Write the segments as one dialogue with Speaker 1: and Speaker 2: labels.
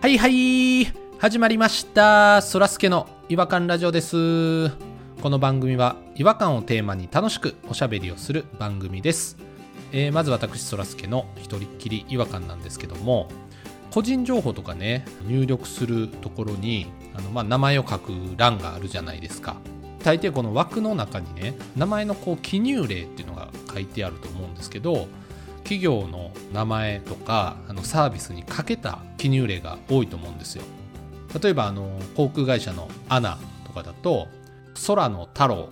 Speaker 1: はいはい始まりましたそらすけの違和感ラジオですこの番組は違和感をテーマに楽しくおしゃべりをする番組です、えーまず私そらすけの一人っきり違和感なんですけども個人情報とかね入力するところにあの、まあ、名前を書く欄があるじゃないですか大抵この枠の中にね名前のこう記入例っていうのが書いてあると思うんですけど企業の名前とかあのサービスにかけた記入例が多いと思うんですよ例えばあの航空会社のアナとかだと空の太郎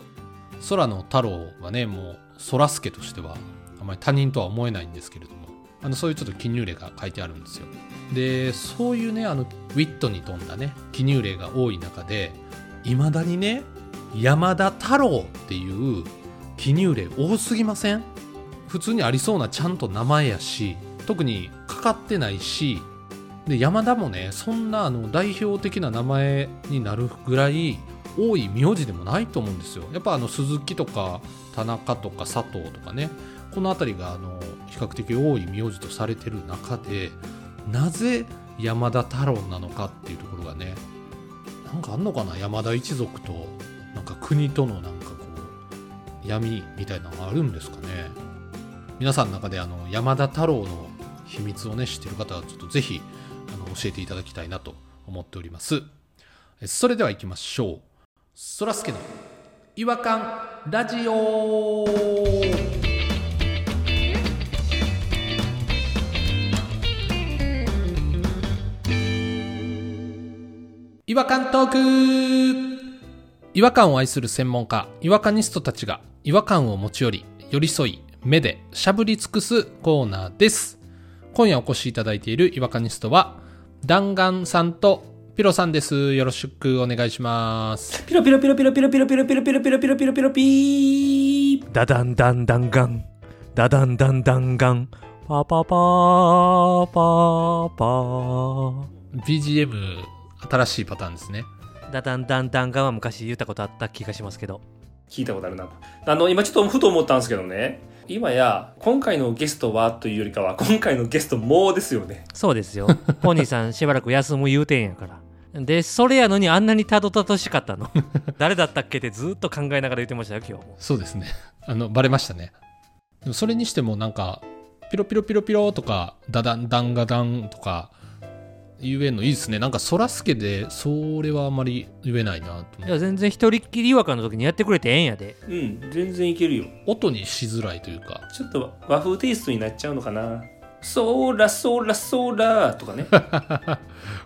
Speaker 1: 空の太郎はねもう空助としてはあまり他人とは思えないんですけれどもあのそういうちょっと記入例が書いてあるんですよでそういうねあのウィットに富んだね記入例が多い中でいまだにね山田太郎っていう記入例多すぎません普通にありそうなちゃんと名前やし特にかかってないしで山田もねそんなあの代表的な名前になるぐらい多い名字でもないと思うんですよやっぱあの鈴木とか田中とか佐藤とかねこの辺りがあの比較的多い名字とされてる中でなぜ山田太郎なのかっていうところがねなんかあんのかな山田一族となんか国とのなんかこう闇みたいなのがあるんですかね皆さんの中であの山田太郎の秘密をね知ってる方はちょっとぜひあの教えていただきたいなと思っておりますえそれでは行きましょうそらすけの違和感ラジオ違和感トーク違和感を愛する専門家違和感ニストたちが違和感を持ち寄り寄り添い目でしゃぶり尽くすコーナーです今夜お越しいただいている違和感ニストは弾丸さんとピロさんですよろしくお願いします
Speaker 2: ピロピロピロピロピロピロピロピロピロピロピロピロピロピー
Speaker 3: ダダンダンダンガン。ダダンダンダンガン。パパパーパーパー。
Speaker 1: BGM 新しいパターンですね
Speaker 3: ダダンダンダンガンは昔言ったことあった気がしますけど。
Speaker 2: 聞いたことあるな。あの、今ちょっとふと思ったんですけどね。今や、今回のゲストはというよりかは、今回のゲストもですよね。
Speaker 3: そうですよ。ポニーさんしばらく休む言うてんやから。で、それやのにあんなにたどたどしかったの。誰だったっけってずっと考えながら言ってましたよ、今日も。
Speaker 1: そうですね あのバレましたねでもそれにしてもなんかピロピロピロピロとかダダンダンガダンとか言えんのいいですねなんかそらすけでそれはあまり言えないなと
Speaker 3: い
Speaker 1: 思う
Speaker 3: や、全然一人っきり違和感の時にやってくれてええんやで。
Speaker 2: うん、全然いけるよ。
Speaker 1: 音にしづらいというか
Speaker 2: ちょっと和風テイストになっちゃうのかな。ソーラソーラソーラとか ね。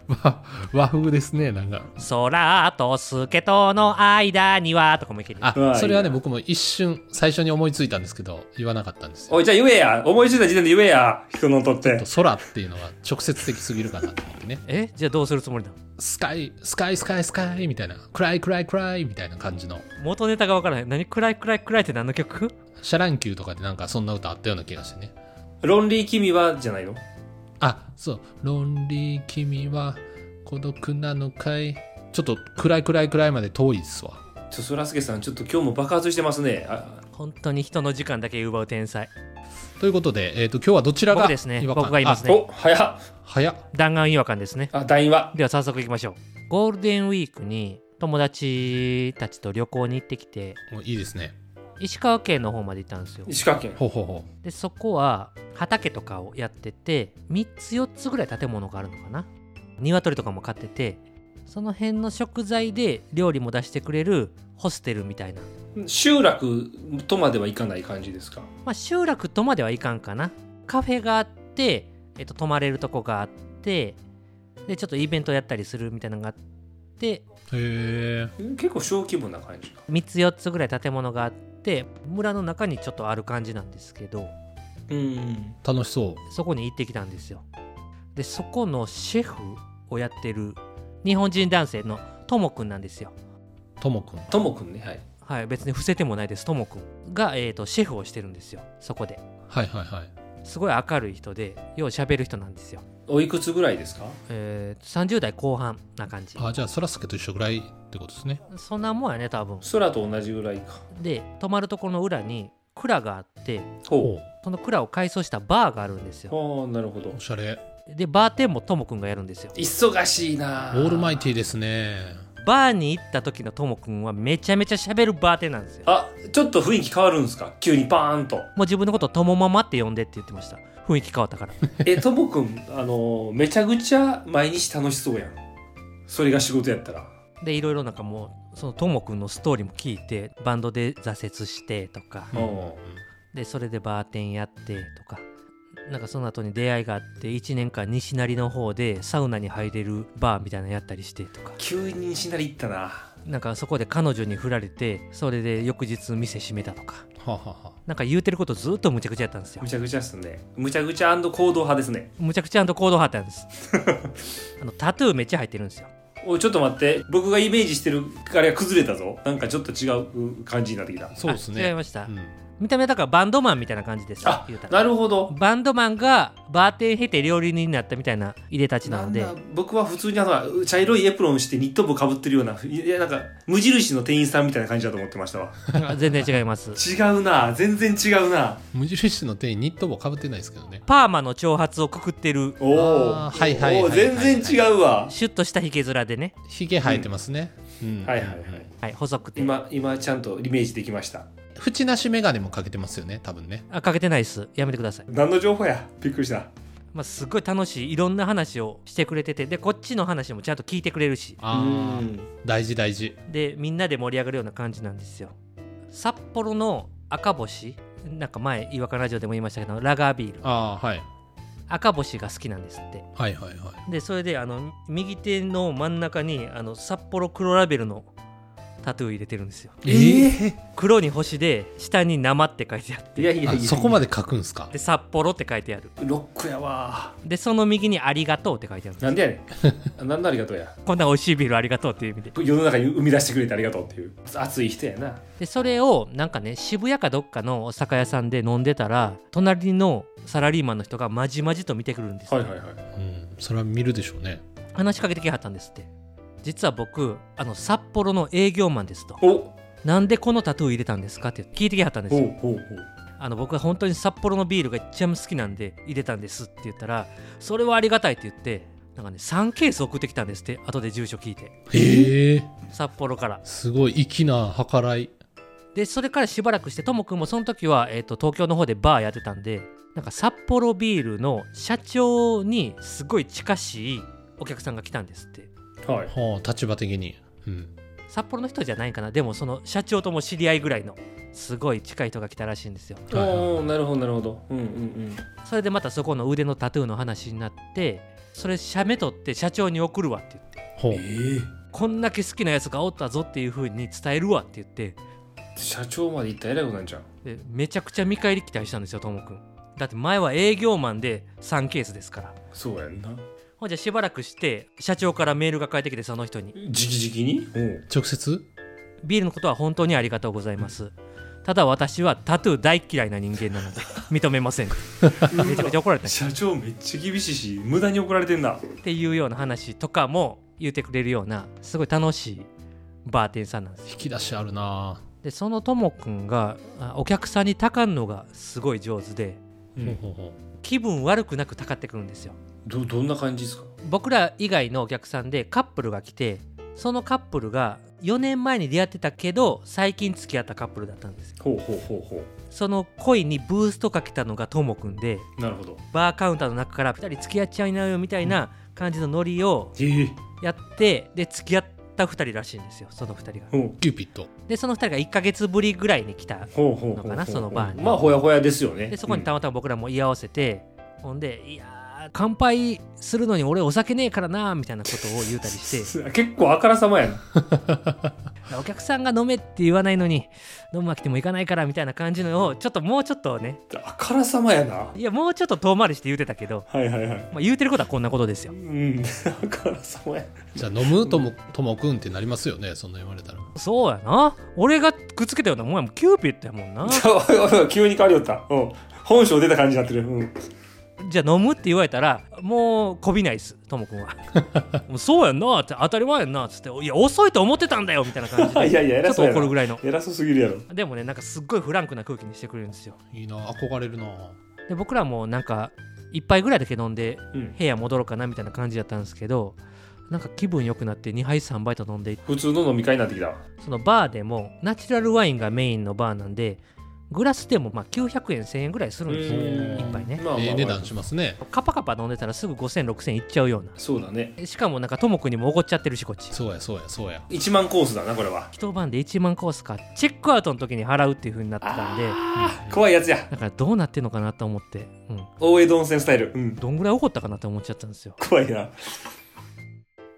Speaker 1: わ和風ですねなんか
Speaker 3: 空とスケとの間には、とかもいける。
Speaker 2: うわ
Speaker 1: あそれはいね
Speaker 2: いな
Speaker 1: 僕も一瞬最初に思いついたんですけど言わなかったんですよ
Speaker 2: おい、じゃあ言えや。思いついた時点で言えや。人のとって。
Speaker 1: 空っていうのは直接的すぎるかなと思ってね
Speaker 3: えじゃあどうするつもりなの
Speaker 1: スカイスカイスカイスカイみたいな暗い暗い暗いみたいな感じの
Speaker 3: 元ネタがわからない。何暗い暗い暗いって何の曲
Speaker 1: シャランキューとかでなんかそんな歌あったような気がしてね
Speaker 2: ロンリー君はじゃないの
Speaker 1: あそう「ロンリー君は孤独なのかい」ちょっと暗い暗い暗いまで遠いですわ
Speaker 2: ちょ、そらすけさん、ちょっと今日も爆発してますね。あ
Speaker 3: 本当に人の時間だけ奪う天才
Speaker 1: ということで、えー、と今日はどちらが
Speaker 3: 僕ですね
Speaker 1: 違和感
Speaker 3: 僕がいますね
Speaker 2: お、早っ。
Speaker 1: あ早っ
Speaker 3: 弾丸違和感ですね
Speaker 2: あ、団員は。
Speaker 3: では早速いきましょうゴールデンウィークに友達たちと旅行に行ってきて
Speaker 1: もういいですね
Speaker 3: 石川県の方まで行ったんですよ
Speaker 2: 石川県。
Speaker 1: ほうほうほ
Speaker 3: でそこは畑とかをやってて3つ4つぐらい建物があるのかな鶏とかも飼っててその辺の食材で料理も出してくれるホステルみたいな
Speaker 2: 集落とまではいかない感じですか
Speaker 3: まあ、集落とまではいかんかなカフェがあって、えっと、泊まれるとこがあってでちょっとイベントやったりするみたいなのがあって
Speaker 1: うへえ
Speaker 2: 結構小規模な感じか
Speaker 3: 3つ4つぐらい建物があって村の中にちょっとある感じなんですけど
Speaker 2: うん
Speaker 1: 楽しそ
Speaker 3: そこに行ってきたんですよでそこのシェフをやってる日本人男性のともくんなんですよ
Speaker 1: うともくん
Speaker 2: ともくんねはい
Speaker 3: はい別に伏せてもないですともくんが、えっとシェフをしてるんですよそこで
Speaker 1: はいはいはい
Speaker 3: すごい明るい人でよう喋る人なんですよ、
Speaker 2: おいくつぐらいですか
Speaker 3: えー、30代後半な感じ
Speaker 1: あじゃあそらすけと一緒ぐらいってことですね
Speaker 3: そんなもんやね多分
Speaker 2: 空と同じぐらいか
Speaker 3: で泊まるところの裏に蔵があって
Speaker 2: ほ
Speaker 3: その蔵を改装したバーがあるんです
Speaker 2: う
Speaker 3: よ
Speaker 2: ああなるほど
Speaker 1: おしゃれ
Speaker 3: でバーテンもともくんがやるんですよ
Speaker 2: 忙しい
Speaker 1: オ
Speaker 2: な
Speaker 1: ールマイティーですね
Speaker 3: バーに行った時のともくんはめちゃめちゃ喋るバーテンなんですよ
Speaker 2: あちょっと雰囲気変わるんですか急にバーン と
Speaker 3: もう自分のことをともママって呼んでって言ってました雰囲気変わったから
Speaker 2: えともくんあのめちゃくちゃ毎日楽しそうやんそれが仕事やったら
Speaker 3: でいろいろなんかもうそのともくんのストーリーも聞いてバンドで挫折してとか
Speaker 2: う
Speaker 1: うんん
Speaker 3: でそれでバーテンやってとかなんかその後に出会いがあって1年間西成の方でサウナに入れるバーみたいなのやったりしてとか
Speaker 2: 急に西成行ったな
Speaker 3: なんかそこで彼女に振られてそれで翌日店閉めたとか
Speaker 1: はあはあはあ
Speaker 3: なんか言うてることずっとむちゃくちゃやったんですよ
Speaker 2: むちゃくちゃっすねむちゃくちゃ行動派ですね
Speaker 3: むちゃくちゃ行動派やったんです あのタトゥーめっちゃ入ってるんですよ
Speaker 2: おいちょっと待って僕がイメージしてるあれが崩れたぞなんかちょっと違う感じになってきた
Speaker 1: そうです
Speaker 3: あ違い
Speaker 1: ね
Speaker 3: ました、
Speaker 1: うん
Speaker 3: 見た目はだからバンドマンみたいな感じです
Speaker 2: あ
Speaker 3: 言うたら
Speaker 2: なるほど
Speaker 3: バンドマンがバーテン経て料理人になったみたいないでたちな
Speaker 2: な
Speaker 3: の
Speaker 2: ん
Speaker 3: で
Speaker 2: だ僕は普通にあの茶色いエプロンしてニット帽かぶってるようないやなんか無印の店員さんみたいな感じだと思ってましたわ
Speaker 3: 全然違います
Speaker 2: 違うな全然違うな
Speaker 1: 無印の手にニット帽かぶってないですけどね
Speaker 3: パーマの長髪をくくってる
Speaker 2: おお、
Speaker 1: あーはいはいはい
Speaker 2: おー全然違うわ、
Speaker 3: シュッとしたひげ面でね、
Speaker 1: ひげ生えてますね、うん
Speaker 2: はいはいはい
Speaker 3: はい、細くて
Speaker 2: 今今ちゃんとイメージできました
Speaker 1: 縁なし眼鏡もかけてますよね多分ね
Speaker 3: あかけてないですやめてください、
Speaker 2: 何の情報やびっくりした
Speaker 3: まあ、すごい楽しいいろんな話をしてくれててでこっちの話もちゃんと聞いてくれるし
Speaker 1: あ
Speaker 2: う
Speaker 1: あ
Speaker 2: ん
Speaker 1: 大事大事
Speaker 3: でみんなで盛り上がるような感じなんですよ札幌の赤星なんか前岩倉ラジオでも言いましたけどラガービール
Speaker 1: ああはい
Speaker 3: 赤星が好きなんですって
Speaker 1: はいはいはい
Speaker 3: でそれであの右手の真ん中にあの札幌黒ラベルのタトゥー入れてるんですよ
Speaker 2: え
Speaker 3: 黒に星で下に生って書いてあって
Speaker 2: いやいやい
Speaker 1: あ
Speaker 2: や
Speaker 1: そこまで書くんすか
Speaker 3: で札幌って書いてある
Speaker 2: ロックやわ
Speaker 3: でその右に「ありがとう」って書いてある
Speaker 2: なんでやねんあなんでありがとうや
Speaker 3: こんな美味しいビールありがとうっていう意味で
Speaker 2: 世の中に生み出してくれてありがとうっていう熱い人やな
Speaker 3: でそれをなんかね渋谷かどっかのお酒屋さんで飲んでたら隣のサラリーマンの人がまじまじと見てくるんですよ、
Speaker 2: いはい
Speaker 1: うんそれは見るでしょうね
Speaker 3: 話しかけてきはったんですって実は僕あの札幌の営業マンですと
Speaker 2: おお
Speaker 3: なんでこのタトゥー入れたんですかって聞いてきはったんです
Speaker 2: お
Speaker 3: よ
Speaker 2: おう
Speaker 3: あの僕は本当に札幌のビールが一番好きなんで入れたんですって言ったらそれはありがたいって言ってなんかね3ケース送ってきたんですって後で住所聞いて
Speaker 1: へえ
Speaker 3: 札幌から
Speaker 1: すごい粋な計らい
Speaker 3: でそれからしばらくしてともくんもその時は、えー、と東京の方でバーやってたんでなんか札幌ビールの社長にすごい近しいお客さんが来たんですって
Speaker 2: はい
Speaker 1: はあ立場的にうん
Speaker 3: 札幌の人じゃないかなでもその社長とも知り合いぐらいのすごい近い人が来たらしいんですよ
Speaker 1: はいはい
Speaker 2: おおなるほどなるほどうんうんうん
Speaker 3: それでまたそこの腕のタトゥーの話になってそれ写メ取って社長に送るわって言って
Speaker 1: ほう
Speaker 2: え
Speaker 3: こんだけ好きなやつがおったぞっていう風に伝えるわって言って
Speaker 2: 社長まで行ったら偉くなんじゃん
Speaker 3: でめちゃくちゃ見返り期待したんですよともくんだって前は営業マンで3ケースですから
Speaker 2: そうやんな
Speaker 3: ほんじゃしばらくして社長からメールが返ってきてその人に
Speaker 2: じきじきにうん
Speaker 1: 直接
Speaker 3: 「ビールのことは本当にありがとうございます」ただ私はタトゥー大嫌いな人間なので認めませんめちゃめちゃ怒られ た
Speaker 2: 社長めっちゃ厳しいし無駄に怒られてんな
Speaker 3: っていうような話とかも言ってくれるようなすごい楽しいバーテンさんなんですよ
Speaker 1: 引き出しあるな
Speaker 3: でそのともくんがあお客さんにたかんのがすごい上手で
Speaker 2: う
Speaker 1: ほうんほうほ
Speaker 3: 気分悪くなくたかってくるんですよ
Speaker 2: どどんな感じですか
Speaker 3: 僕ら以外のお客さんでカップルが来てそのカップルが4年前に出会ってたけど最近付き合ったカップルだったんですよ
Speaker 2: ほうほうほうほ
Speaker 3: その恋にブーストかけたのがともくんで
Speaker 2: うなるほど
Speaker 3: バーカウンターの中から2人付き合っちゃいなよみたいな感じのノリを
Speaker 2: ええ
Speaker 3: やってで付き合った2人らしいんですよその2人が
Speaker 2: ほう
Speaker 1: うキューピッド
Speaker 3: でその2人が1ヶ月ぶりぐらいに来た
Speaker 2: ほうほう
Speaker 3: の
Speaker 2: ほう
Speaker 3: かなそのバーに
Speaker 2: まあほやほやですよね
Speaker 3: でそこにたまたま僕らも居合わせて、ほんで「いやー乾杯するのに俺お酒ねえからな」みたいなことを言うたり して
Speaker 2: うん結構あからさまやな
Speaker 3: 「お客さんが飲め」って言わないのに飲むわけにもいかないからみたいな感じのをちょっともうちょっとね
Speaker 2: あからさまやない
Speaker 3: やもうちょっと遠回りして言うてたけど、
Speaker 2: はいはいはい
Speaker 3: まあ、言うてることはこんなことですよ
Speaker 2: うんあからさまや
Speaker 1: じゃあ飲むともともくんってなりますよねそんな言われたら
Speaker 3: そうやな俺がくっつけたようなもんやもんキューピッドやもんな
Speaker 2: おいおいおい急に変わりよったうん本性出た感じになってるうん
Speaker 3: じゃあ飲むって言われたらもうこびないっすとも くんはもうそうやんなって当たり前やんなっつっていや遅いと思ってたんだよみたいな感じ で
Speaker 2: いやいや
Speaker 3: ちょ
Speaker 2: 偉
Speaker 3: っと
Speaker 2: そうや
Speaker 3: 怒る
Speaker 2: な
Speaker 3: ぐらいの
Speaker 2: 偉そうすぎるやろ
Speaker 3: でもねなんかすっごいフランクな空気にしてくれるんですよ
Speaker 1: いいな憧れるない
Speaker 3: で僕らもなんか1杯ぐらいだけ飲んで
Speaker 2: うん、
Speaker 3: 部屋戻ろうかなみたいな感じだったんですけどなんか気分良くなって2杯3杯と飲んで
Speaker 2: 普通の飲み会になってきた
Speaker 3: そのバーでもナチュラルワインがメインのバーなんでグラスでもまあ900円1000円ぐらいするんですよ
Speaker 1: うん
Speaker 3: 1杯ね
Speaker 2: まあま
Speaker 1: え
Speaker 2: あま
Speaker 1: え
Speaker 2: あ
Speaker 1: 値段しますね
Speaker 3: カパカパ飲んでたらすぐ50006000いっちゃうよう
Speaker 2: そうだね
Speaker 3: なしかもなんかともくんにもおごっちゃってるしこっち
Speaker 1: そうやそうやそうや
Speaker 2: 1万コースだなこれは
Speaker 3: 一晩で1万コースかチェックアウトの時に払うっていう風になってたんで
Speaker 2: あー怖いやつや
Speaker 3: だからどうなってんのかなと思って、うん、
Speaker 2: 大江戸温泉スタイルうん
Speaker 3: どんぐらい怒ったかなって思っちゃったんですよ、
Speaker 2: 怖いな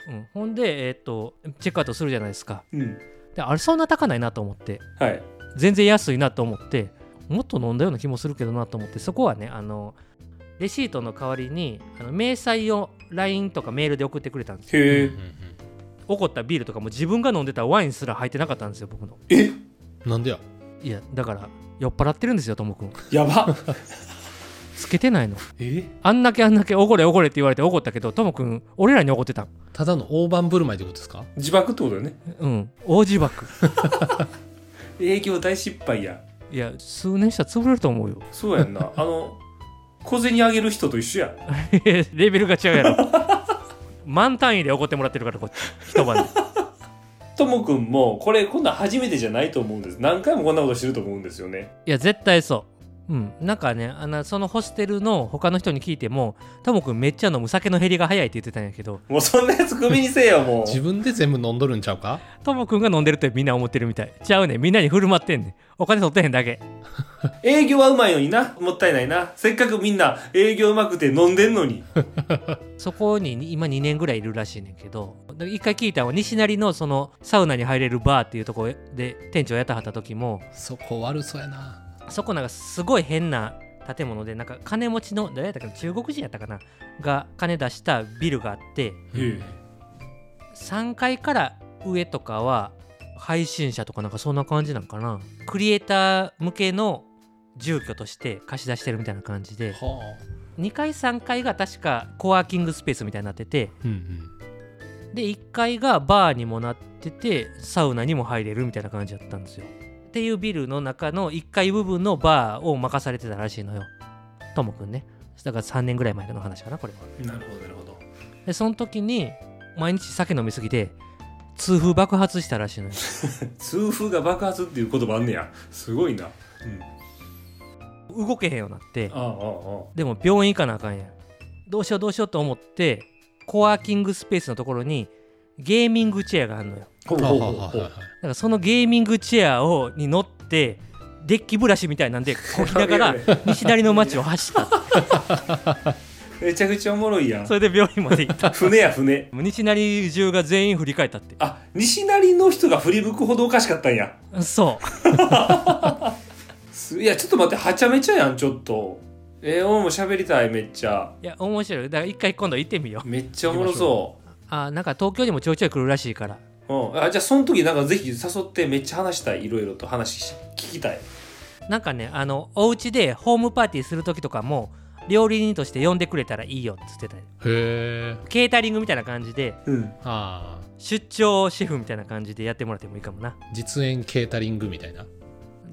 Speaker 3: うん、ほんでえーっとチェックアウトするじゃないですか
Speaker 2: うん
Speaker 3: であれそんな高ないなと思って
Speaker 2: はい
Speaker 3: 全然安いなと思ってもっと飲んだような気もするけどなと思ってそこはねあのレシートの代わりにあの明細を LINE とかメールで送ってくれたんですよ
Speaker 2: へえ、
Speaker 1: うんうん
Speaker 3: 怒ったビールとかも自分が飲んでたワインすら入ってなかったんですよ僕の
Speaker 2: え
Speaker 1: うんなんでや
Speaker 3: いやだから酔っ払ってるんですよともくん
Speaker 2: やば
Speaker 3: つけてないの
Speaker 1: え
Speaker 3: あんだけあんだけおごれおごれって言われて怒ったけどともくん俺らに怒ってた
Speaker 1: ただの大盤振る舞いってことですか
Speaker 2: 自爆ってことだよね
Speaker 3: うん大自爆
Speaker 2: 営業大失敗や
Speaker 3: いや数年したら潰れると思うよ
Speaker 2: そうや んなあの小銭あげる人と一緒や
Speaker 3: レベルが違うやろ満単位で怒ってもらってるからこっち一晩で
Speaker 2: ともくんもこれこんなん初めてじゃないと思うんです何回もこんなことしてると思うんですよね
Speaker 3: いや絶対そううんなんかねあのそのホステルの他の人に聞いてもともくんめっちゃ飲む酒の減りが早いって言ってたんやけど
Speaker 2: もうそんなやつクビにせえよも
Speaker 1: 自
Speaker 2: う
Speaker 1: 分で全部飲んどるんちゃうか
Speaker 3: ともくんが飲んでるってみんな思ってるみたいちゃうねんみんなに振る舞ってんねんお金取ってへんだけ
Speaker 2: 営業はうまいのになもったいないなせっかくみんな営業うまくて飲んでんのに
Speaker 3: そこに今2年ぐらいいるらしいねんけどで一回聞いたのは西成のそのサウナに入れるバーっていうとこで店長やったはった時も
Speaker 1: そこ悪そうやな
Speaker 3: そこなんかすごい変な建物でなんか金持ちの誰やったかな中国人やったかなが金出したビルがあって
Speaker 2: え
Speaker 3: 3階から上とかは配信者とかなんかそんな感じなんかなクリエイター向けの住居として貸し出してるみたいな感じで
Speaker 1: は
Speaker 3: 2階3階が確かコワーキングスペースみたいになってて
Speaker 1: あうん
Speaker 3: で1階がバーにもなっててサウナにも入れるみたいな感じだったんですよっていうビルの中の1階部分のバーを任されてたらしいのよともくんねだから3年ぐらい前の話かなこれは
Speaker 2: なるほどなるほど
Speaker 3: でその時に毎日酒飲みすぎて痛風爆発したらしいのよ
Speaker 2: 痛風が爆発っていう言葉あんねやすごいな、うん、あ
Speaker 3: 動けへんようになって
Speaker 2: あああ
Speaker 3: でも病院行かなあかんやんどうしようどうしようと思ってコワーキングスペースのところにゲーミングチェアがあるのよ
Speaker 2: ほう
Speaker 1: はあ
Speaker 2: ほう
Speaker 1: は
Speaker 2: ほう
Speaker 1: あは
Speaker 2: ほ
Speaker 1: あは
Speaker 2: う
Speaker 1: あ
Speaker 3: だからそのゲーミングチェアをに乗ってデッキブラシみたいなんでこぎながら
Speaker 2: やべ
Speaker 3: 西成の街を走 った
Speaker 2: めちゃくちゃおもろいやん
Speaker 3: それで病院まで行った
Speaker 2: 船や船
Speaker 3: もう西成中が全員振り返ったって
Speaker 2: あ西成の人が振り向くほどおかしかったんや
Speaker 3: そ
Speaker 2: すいやちょっと待ってはちゃめちゃやんちょっとえー、俺も喋りたいめっちゃ
Speaker 3: ういや面白いだから一回今度行ってみよう
Speaker 2: めっちゃおもろそ
Speaker 3: あなんか東京にもちょいちょい来るらしいから
Speaker 2: うう、ん、あじゃあその時なんかぜひ誘ってめっちゃ話したいいろいろと話し聞きたい
Speaker 3: なんかねあのお家でホームパーティーする時とかも料理人として呼んでくれたらいいよって言ってたよ
Speaker 1: へえ
Speaker 3: ケータリングみたいな感じで
Speaker 2: うん
Speaker 1: ああ
Speaker 3: 出張シェフみたいな感じでやってもらってもいいかもな
Speaker 1: 実演ケータリングみたいな
Speaker 3: だか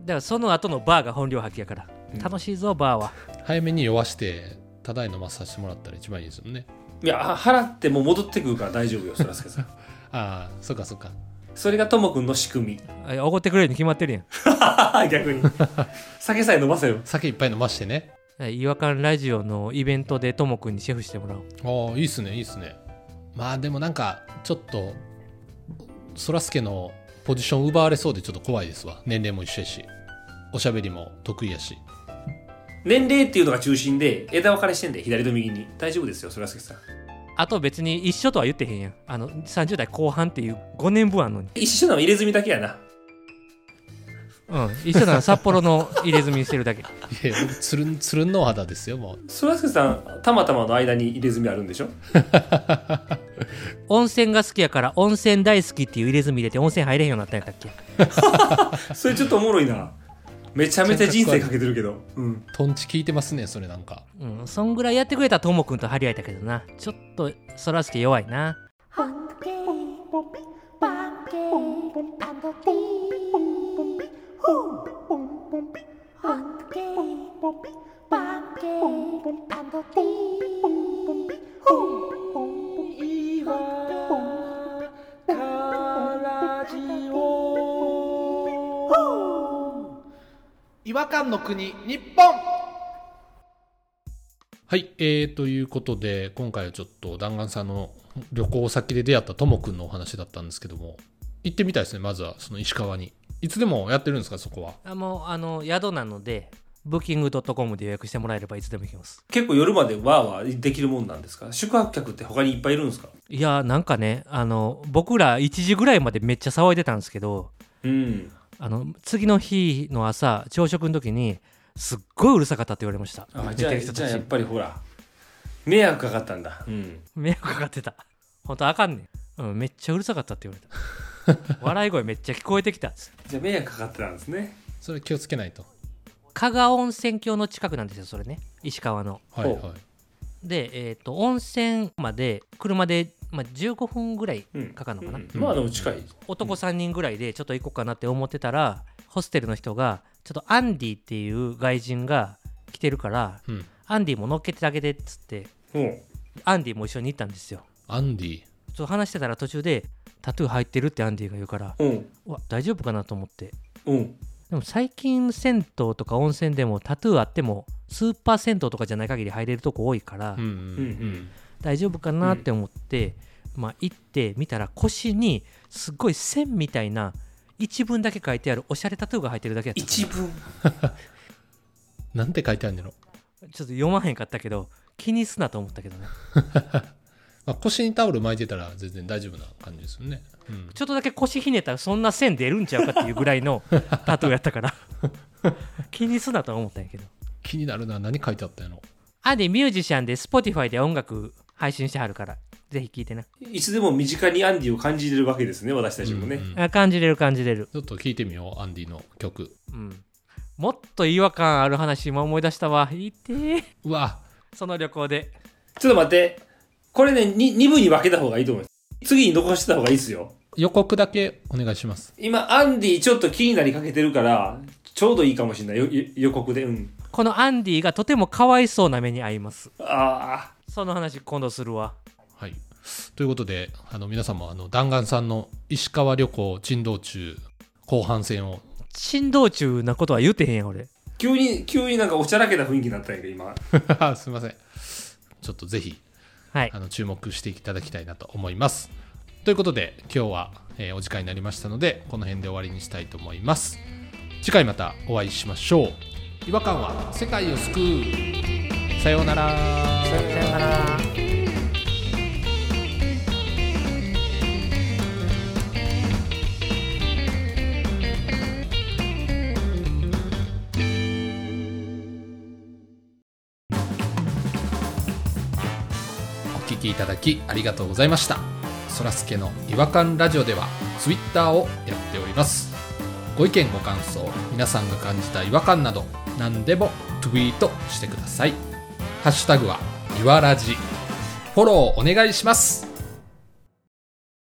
Speaker 3: らその後のバーが本領発揮やから、
Speaker 2: うん
Speaker 3: 楽しいぞバーは
Speaker 1: 早めに酔わしてただい飲まさせてもらったら一番いいですよね
Speaker 2: いやあ払ってもう戻ってくるから大丈夫よそらすけ さん
Speaker 1: ああそっかそっか
Speaker 2: それがともくんの仕組み
Speaker 3: あおごってくれるに決まってるやん
Speaker 2: 逆 に酒さえ飲ませよ
Speaker 1: 酒いっぱい飲ましてね
Speaker 3: はい違和感ラジオのイベントでともくんにシェフしてもらおう
Speaker 1: ああいいっすねいいっすねまあでもなんかちょっとそらすけのポジション奪われそうでちょっと怖いですわ年齢も一緒やしおしゃべりも得意やし
Speaker 2: 年齢っていうのが中心で枝分かれしてんで左と右に大丈夫ですよそらすけさん
Speaker 3: あと別に一緒とは言ってへんやんあの30代後半っていう5年分あんのに
Speaker 2: 一緒なの入れ墨だけやな
Speaker 3: うん一緒なら札幌の入れ墨してるだけ
Speaker 1: いや僕つるん つるんのお肌ですよもう
Speaker 2: そらすけさんたまたまの間に入れ墨あるんでしょ
Speaker 3: 温泉が好きやから温泉大好きっていう入れ墨入れて温泉入れへんようになったんやったっけ
Speaker 2: それちょっとおもろいなめちゃめちゃ人生かけてるけど、うん、
Speaker 1: トンチ効いてますねそれなんか
Speaker 3: うんそんぐらいやってくれたらともくんと張り合えたけどなちょっとそらすけ弱いな
Speaker 4: Hunky,
Speaker 2: オ
Speaker 1: 違和感の国日本はい、えー、ということで今回はちょっと弾丸さんの旅行先で出会ったともくんのお話だったんですけども行ってみたいですねまずはその石川にいつでもやってるんですかそこは
Speaker 3: あもうあの宿なのでブッキング .com で予約してもらえればいつでも行けます
Speaker 2: 結構夜までわーわーできるもんなんですか宿泊客って他にいっぱいいるんですか
Speaker 3: いやーなんかねあの僕ら1時ぐらいまでめっちゃ騒いでたんですけど
Speaker 2: うん。
Speaker 3: あの次の日の朝朝食の時にすっごいうるさかったって言われました
Speaker 2: あ
Speaker 3: 寝
Speaker 2: じ
Speaker 3: て
Speaker 2: ゃあ、
Speaker 3: る人
Speaker 2: じゃ
Speaker 3: た
Speaker 2: あやっ
Speaker 3: ち
Speaker 2: ぱりほら、迷惑かかったんだ。うん。
Speaker 3: 迷惑かかってた本当あかんねん、うん、めっちゃうるさかったって言わ れた笑い声めっちゃ聞こえてきたっつって
Speaker 2: じゃあ迷惑かかってたんですね。
Speaker 1: それ気をつけないと
Speaker 3: 加賀温泉郷の近くなんですよそれね石川の
Speaker 1: はい
Speaker 2: ほ
Speaker 1: はい
Speaker 3: でえっ、と温泉まで車で、まあ、15分ぐらい
Speaker 2: うん。
Speaker 3: かかるのかな、
Speaker 2: うんまあでも近い。
Speaker 3: 男3人ぐらいでちょっと行こうかなって思ってたら、ホステルの人がちょっとアンディっていう外人が来てるから
Speaker 1: うん
Speaker 3: アンディも乗っけてあげてっつって
Speaker 2: うん。
Speaker 3: アンディも一緒に行ったんですよ
Speaker 1: アンディ
Speaker 3: そう話してたら途中でタトゥー入ってるってアンディが言うから
Speaker 2: うん。
Speaker 3: うわ大丈夫かなと思って
Speaker 2: うん。
Speaker 3: でも最近銭湯とか温泉でもタトゥーあってもスーパー銭湯とかじゃない限り入れるとこ多いから、
Speaker 1: うん
Speaker 2: う
Speaker 1: うん
Speaker 2: ん。
Speaker 3: 大丈夫かなって思って、まあ行ってみたら腰にすっごい線みたいな一文だけ書いてあるおしゃれタトゥーが入ってるだけやった
Speaker 2: 一文。
Speaker 1: なんて書いてあるんだろう、
Speaker 3: ちょっと読まへんかったけど気にすなと思ったけどね
Speaker 1: まあ、腰にタオル巻いてたら全然大丈夫な感じですよね、うん、
Speaker 3: ちょっとだけ腰ひねったらそんな線出るんちゃうかっていうぐら いのタトゥーやったから気にすなとは思ったんやけど
Speaker 1: 気になるな何書いてあったんやろ
Speaker 3: アンディミュージシャンで Spotify で音楽配信してはるからぜひ聴いてな、
Speaker 2: いつでも身近にアンディを感じれるわけですね、私たちもね。
Speaker 1: うんうん
Speaker 3: あ感じれる感じれる
Speaker 1: ちょっと聞いてみようアンディの曲
Speaker 3: うんもっと違和感ある話今思い出したわ言ってー
Speaker 1: うわ
Speaker 3: その旅行で
Speaker 2: ちょっと待って。これね、に二部に分けた方がいいと思います。次に残してた方がいいですよ。
Speaker 1: 予告だけお願いします
Speaker 2: 今、アンディちょっと気になりかけてるから、ちょうどいいかもしれない。よよ予告で。うん。
Speaker 3: このアンディがとてもかわいそうな目に遭います
Speaker 2: あ
Speaker 3: その話今度するわ
Speaker 1: はい、ということであの皆さんもあの弾丸さんの石川旅行珍道中後半戦を
Speaker 3: 振動中なことは言うてへんやん俺
Speaker 2: あ。急に、急になんかおちゃらけた雰囲気になったんやけど、今。
Speaker 1: すいませんちょっとぜひ
Speaker 3: はい
Speaker 1: あの注目していただきたいなと思います。ということで今日は、えーお時間になりましたのでこの辺で終わりにしたいと思います。次回またお会いしましょう。違和感は世界を救う。さようなら。
Speaker 3: さよなら
Speaker 1: お聞きいただきありがとうございましたそらすけの違和感ラジオではツイッターをやっておりますご意見ご感想皆さんが感じた違和感など何でもツイートしてくださいハッシュタグはイワラジフォローお願いします